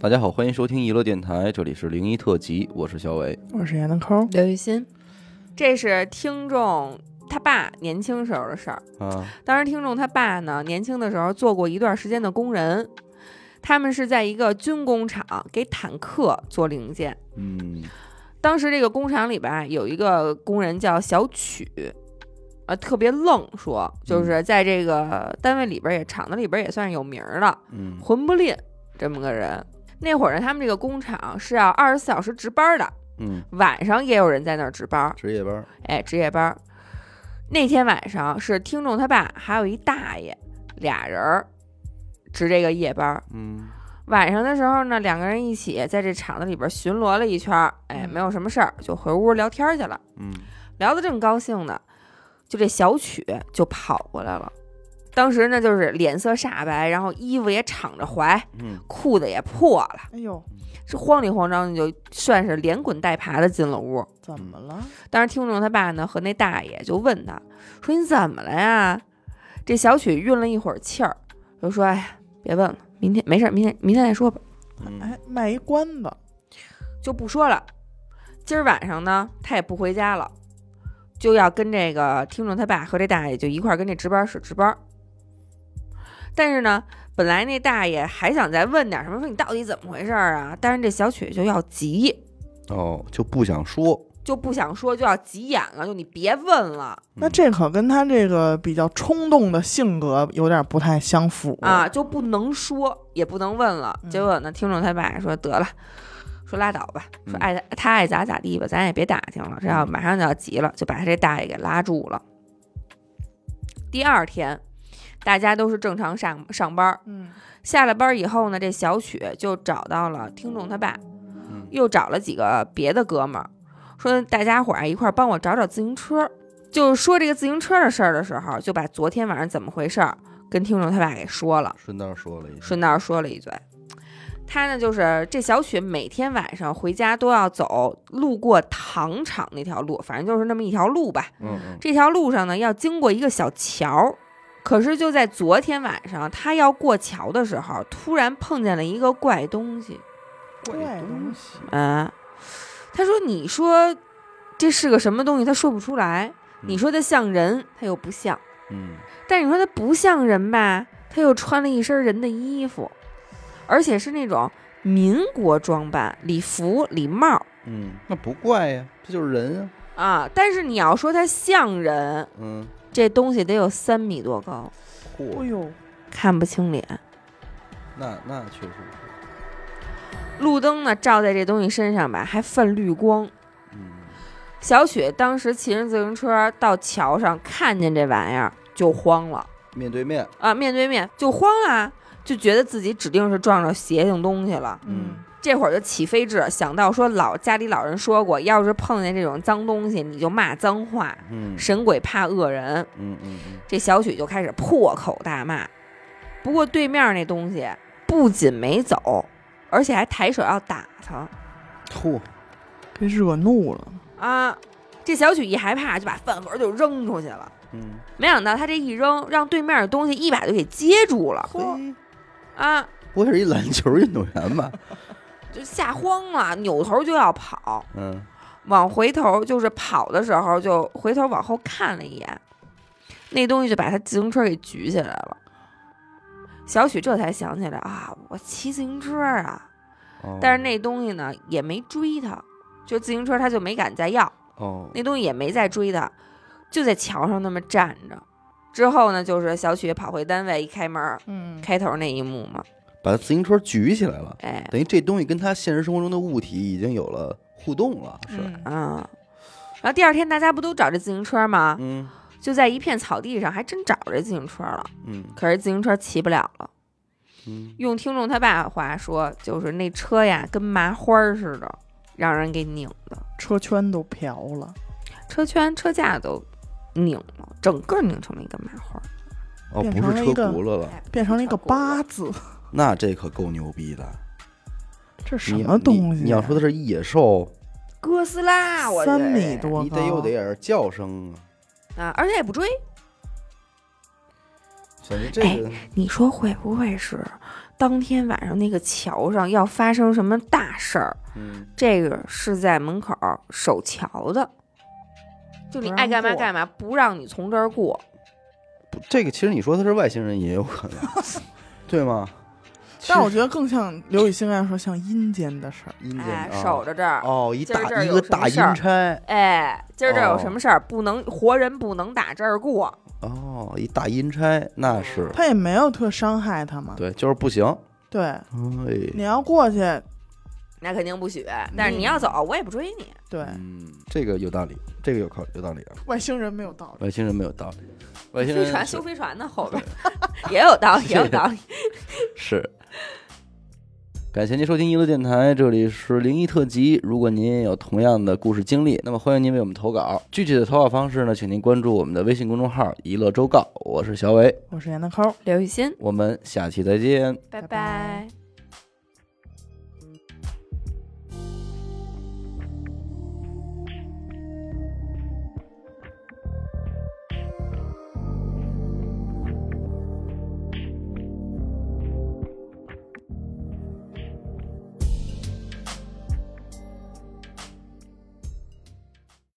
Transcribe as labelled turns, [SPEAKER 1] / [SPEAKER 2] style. [SPEAKER 1] 大家好，欢迎收听娱乐电台，这里是零一特辑，我是小伟。
[SPEAKER 2] 我是闫德抠，
[SPEAKER 3] 刘雨欣，
[SPEAKER 4] 这是听众他爸年轻时候的事儿。
[SPEAKER 1] 啊，
[SPEAKER 4] 当时听众他爸呢，年轻的时候做过一段时间的工人，他们是在一个军工厂给坦克做零件。
[SPEAKER 1] 嗯，
[SPEAKER 4] 当时这个工厂里边啊有一个工人叫小曲，呃，特别愣说，就是在这个单位里边也厂子里边也算是有名儿的，
[SPEAKER 1] 嗯，
[SPEAKER 4] 混不吝这么个人。那会儿呢，他们这个工厂是要二十四小时值班的，
[SPEAKER 1] 嗯，
[SPEAKER 4] 晚上也有人在那儿值班。
[SPEAKER 1] 值夜班，
[SPEAKER 4] 哎，值夜班儿。那天晚上是听众他爸还有一大爷，俩人儿值这个夜班儿。
[SPEAKER 1] 嗯
[SPEAKER 4] 晚上的时候呢，两个人一起在这厂子里边巡逻了一圈儿，哎，
[SPEAKER 3] 嗯
[SPEAKER 4] 没有什么事儿，就回屋聊天儿去了。
[SPEAKER 1] 嗯
[SPEAKER 4] 聊得正高兴呢，就这小曲就跑过来了。当时呢，就是脸色煞白，然后衣服也敞着怀，
[SPEAKER 1] 嗯，
[SPEAKER 4] 裤子也破了，
[SPEAKER 2] 哎呦，
[SPEAKER 4] 这慌里慌张的就算是连滚带爬的进了屋。
[SPEAKER 2] 怎么了？
[SPEAKER 4] 当时听众他爸呢和那大爷就问他说：“你怎么了呀？”这小曲运了一会儿气儿，就说：“哎呀，别问了，明天没事儿，明天明天再说吧，
[SPEAKER 1] 嗯
[SPEAKER 2] 哎，卖一关子，
[SPEAKER 4] 就不说了。”今儿晚上呢，他也不回家了，就要跟这个听众他爸和这大爷就一块儿跟这值班室值班。但是呢，本来那大爷还想再问点什么，说你到底怎么回事儿啊？但是这小曲就要急，
[SPEAKER 1] 哦，就不想说，
[SPEAKER 4] 就不想说，就要急眼了，就你别问了。
[SPEAKER 1] 嗯
[SPEAKER 2] 那这可跟他这个比较冲动的性格有点不太相符
[SPEAKER 4] 啊，。就不能说，也不能问了。
[SPEAKER 2] 嗯
[SPEAKER 4] 结果呢，听众他爸说得了，说拉倒吧，说
[SPEAKER 1] 嗯
[SPEAKER 4] 爱他他爱咋咋地吧，咱也别打听了，这要马上就要急了，就把他这大爷给拉住了。第二天，大家都是正常上上班儿，
[SPEAKER 2] 嗯，
[SPEAKER 4] 下了班儿以后呢，这小曲就找到了听众他爸，
[SPEAKER 1] 嗯
[SPEAKER 4] 又找了几个别的哥们儿，说大家伙儿啊一块儿帮我找找自行车。就是说这个自行车的事儿的时候，就把昨天晚上怎么回事儿跟听众他爸给说了。
[SPEAKER 1] 顺道说了一下，
[SPEAKER 4] 顺道说了一嘴。他呢，就是这小雪每天晚上回家都要走路过糖厂那条路，反正就是那么一条路吧。
[SPEAKER 1] 嗯嗯，
[SPEAKER 4] 这条路上呢，要经过一个小桥。可是就在昨天晚上，他要过桥的时候，突然碰见了一个怪东西。
[SPEAKER 2] 怪东西，
[SPEAKER 4] 啊，他说：“你说这是个什么东西？”他说不出来。你说它像人，它又不像；
[SPEAKER 1] 嗯，
[SPEAKER 4] 但是你说它不像人吧，它又穿了一身人的衣服，而且是那种民国装扮，礼服、礼帽
[SPEAKER 1] 嗯，那不怪呀，这就是人啊，
[SPEAKER 4] 啊。但是你要说它像人，
[SPEAKER 1] 嗯，
[SPEAKER 4] 这东西得有三米多高，
[SPEAKER 2] 哎
[SPEAKER 1] 嚯，
[SPEAKER 2] 呦，
[SPEAKER 4] 看不清脸。
[SPEAKER 1] 那那确实是，
[SPEAKER 4] 路灯呢照在这东西身上吧，还泛绿光。
[SPEAKER 1] 嗯
[SPEAKER 4] 小雪当时骑着自行车到桥上，看见这玩意儿就慌了。
[SPEAKER 1] 面对面，
[SPEAKER 4] 啊，面对面就慌啦，就觉得自己指定是撞着邪性东西了。
[SPEAKER 1] 嗯
[SPEAKER 4] 这会儿就起飞智，想到说老家里老人说过，要是碰见这种脏东西，你就骂脏话，
[SPEAKER 1] 嗯
[SPEAKER 4] 神鬼怕恶人。
[SPEAKER 1] 嗯嗯
[SPEAKER 4] 这小许就开始破口大骂。不过对面那东西不仅没走，而且还抬手要打他
[SPEAKER 1] 嗯，嚯，
[SPEAKER 2] 给惹怒了，
[SPEAKER 4] 啊！这小许一害怕，就把饭盒就扔出去了。
[SPEAKER 1] 嗯，
[SPEAKER 4] 没想到他这一扔，让对面的东西一把就给接住了
[SPEAKER 1] 嘿，
[SPEAKER 4] 啊！
[SPEAKER 1] 不会是一篮球运动员吧？
[SPEAKER 4] 就吓慌了，扭头就要跑，
[SPEAKER 1] 嗯
[SPEAKER 4] 往回头就是跑的时候就回头往后看了一眼，那东西就把他自行车给举起来了。小许这才想起来啊，我骑自行车啊，
[SPEAKER 1] 哦
[SPEAKER 4] 但是那东西呢也没追他，就自行车他就没敢再要，
[SPEAKER 1] 哦，
[SPEAKER 4] 那东西也没再追他，就在桥上那么站着。之后呢，就是小许跑回单位一开门，
[SPEAKER 2] 嗯，
[SPEAKER 4] 开头那一幕嘛，
[SPEAKER 1] 把自行车举起来了。
[SPEAKER 4] 哎，
[SPEAKER 1] 等于这东西跟他现实生活中的物体已经有了互动了，是，
[SPEAKER 2] 嗯
[SPEAKER 4] 啊，然后第二天大家不都找这自行车吗？
[SPEAKER 1] 嗯
[SPEAKER 4] 就在一片草地上，还真找着自行车了。
[SPEAKER 1] 嗯
[SPEAKER 4] 可是自行车骑不了了。
[SPEAKER 1] 嗯，
[SPEAKER 4] 用听众他爸话说，就是那车呀，跟麻花儿似的，让人给拧的，
[SPEAKER 2] 车圈都瓢了，
[SPEAKER 4] 车圈、车架都拧了，整个拧成了一个麻花儿。
[SPEAKER 1] 哦，
[SPEAKER 2] 变
[SPEAKER 1] 不
[SPEAKER 2] 成
[SPEAKER 1] 是
[SPEAKER 2] 了
[SPEAKER 1] 车
[SPEAKER 2] 一个
[SPEAKER 1] 轱辘了，
[SPEAKER 4] 哎
[SPEAKER 2] 变成了一个八，
[SPEAKER 4] 不是车轱辘
[SPEAKER 2] 字，
[SPEAKER 1] 那这可够牛逼的。
[SPEAKER 2] 这什
[SPEAKER 1] 你
[SPEAKER 2] 么东西啊？
[SPEAKER 1] 你？你要说的是野兽，
[SPEAKER 4] 哥斯拉，啊我
[SPEAKER 2] 三
[SPEAKER 4] 觉得
[SPEAKER 2] 米多高，
[SPEAKER 1] 你得有得也是叫声啊。
[SPEAKER 4] 啊，而且也不追。
[SPEAKER 1] 反正这个，
[SPEAKER 4] 你说会不会是当天晚上那个桥上要发生什么大事儿，
[SPEAKER 1] 嗯，
[SPEAKER 4] 这个是在门口守桥的，就你
[SPEAKER 2] 不让
[SPEAKER 4] 爱干嘛
[SPEAKER 2] 过
[SPEAKER 4] 干嘛，不让你从这儿过。
[SPEAKER 1] 不这个其实你说他是外星人也有可能，对吗？
[SPEAKER 2] 但我觉得更像刘雨欣刚才说，像阴间的事儿。
[SPEAKER 1] 阴
[SPEAKER 4] 哎
[SPEAKER 1] 间，
[SPEAKER 2] 嗯
[SPEAKER 4] 守
[SPEAKER 1] 着
[SPEAKER 4] 着这儿，
[SPEAKER 1] 哦，一
[SPEAKER 4] 今儿这
[SPEAKER 1] 大
[SPEAKER 4] 儿
[SPEAKER 1] 一
[SPEAKER 4] 有
[SPEAKER 1] 个
[SPEAKER 4] 什么
[SPEAKER 1] 大阴
[SPEAKER 4] 事儿
[SPEAKER 1] 差
[SPEAKER 4] 哎，今儿这儿有
[SPEAKER 1] 哦
[SPEAKER 4] 什么事儿，不能活人不能打这儿过。
[SPEAKER 1] 哦，一大阴差那是
[SPEAKER 2] 他也没有特伤害他嘛。
[SPEAKER 1] 对，就是不行。
[SPEAKER 2] 对，你
[SPEAKER 1] 哎，
[SPEAKER 2] 要过去，
[SPEAKER 4] 那肯定不许，但是
[SPEAKER 2] 嗯
[SPEAKER 4] 你要走，我也不追你。
[SPEAKER 2] 对，
[SPEAKER 1] 嗯，这个有道理，这个有考有道理啊。
[SPEAKER 2] 外星人没有道理。
[SPEAKER 1] 外星人没有道理， 外星
[SPEAKER 4] 飞
[SPEAKER 1] 人
[SPEAKER 4] 船
[SPEAKER 1] 是
[SPEAKER 4] 修飞船呢，后边 也有道理，也有道理。
[SPEAKER 1] 是。感谢您收听一路电台，这里是灵异特辑。如果您也有同样的故事经历，那么欢迎您为我们投稿。具体的投稿方式呢，请您关注我们的微信公众号“一乐周告”。我是小伟，
[SPEAKER 2] 我是闫德抠儿。
[SPEAKER 4] 刘雨欣，
[SPEAKER 1] 我们下期再见。
[SPEAKER 2] 拜
[SPEAKER 4] 拜拜
[SPEAKER 2] 拜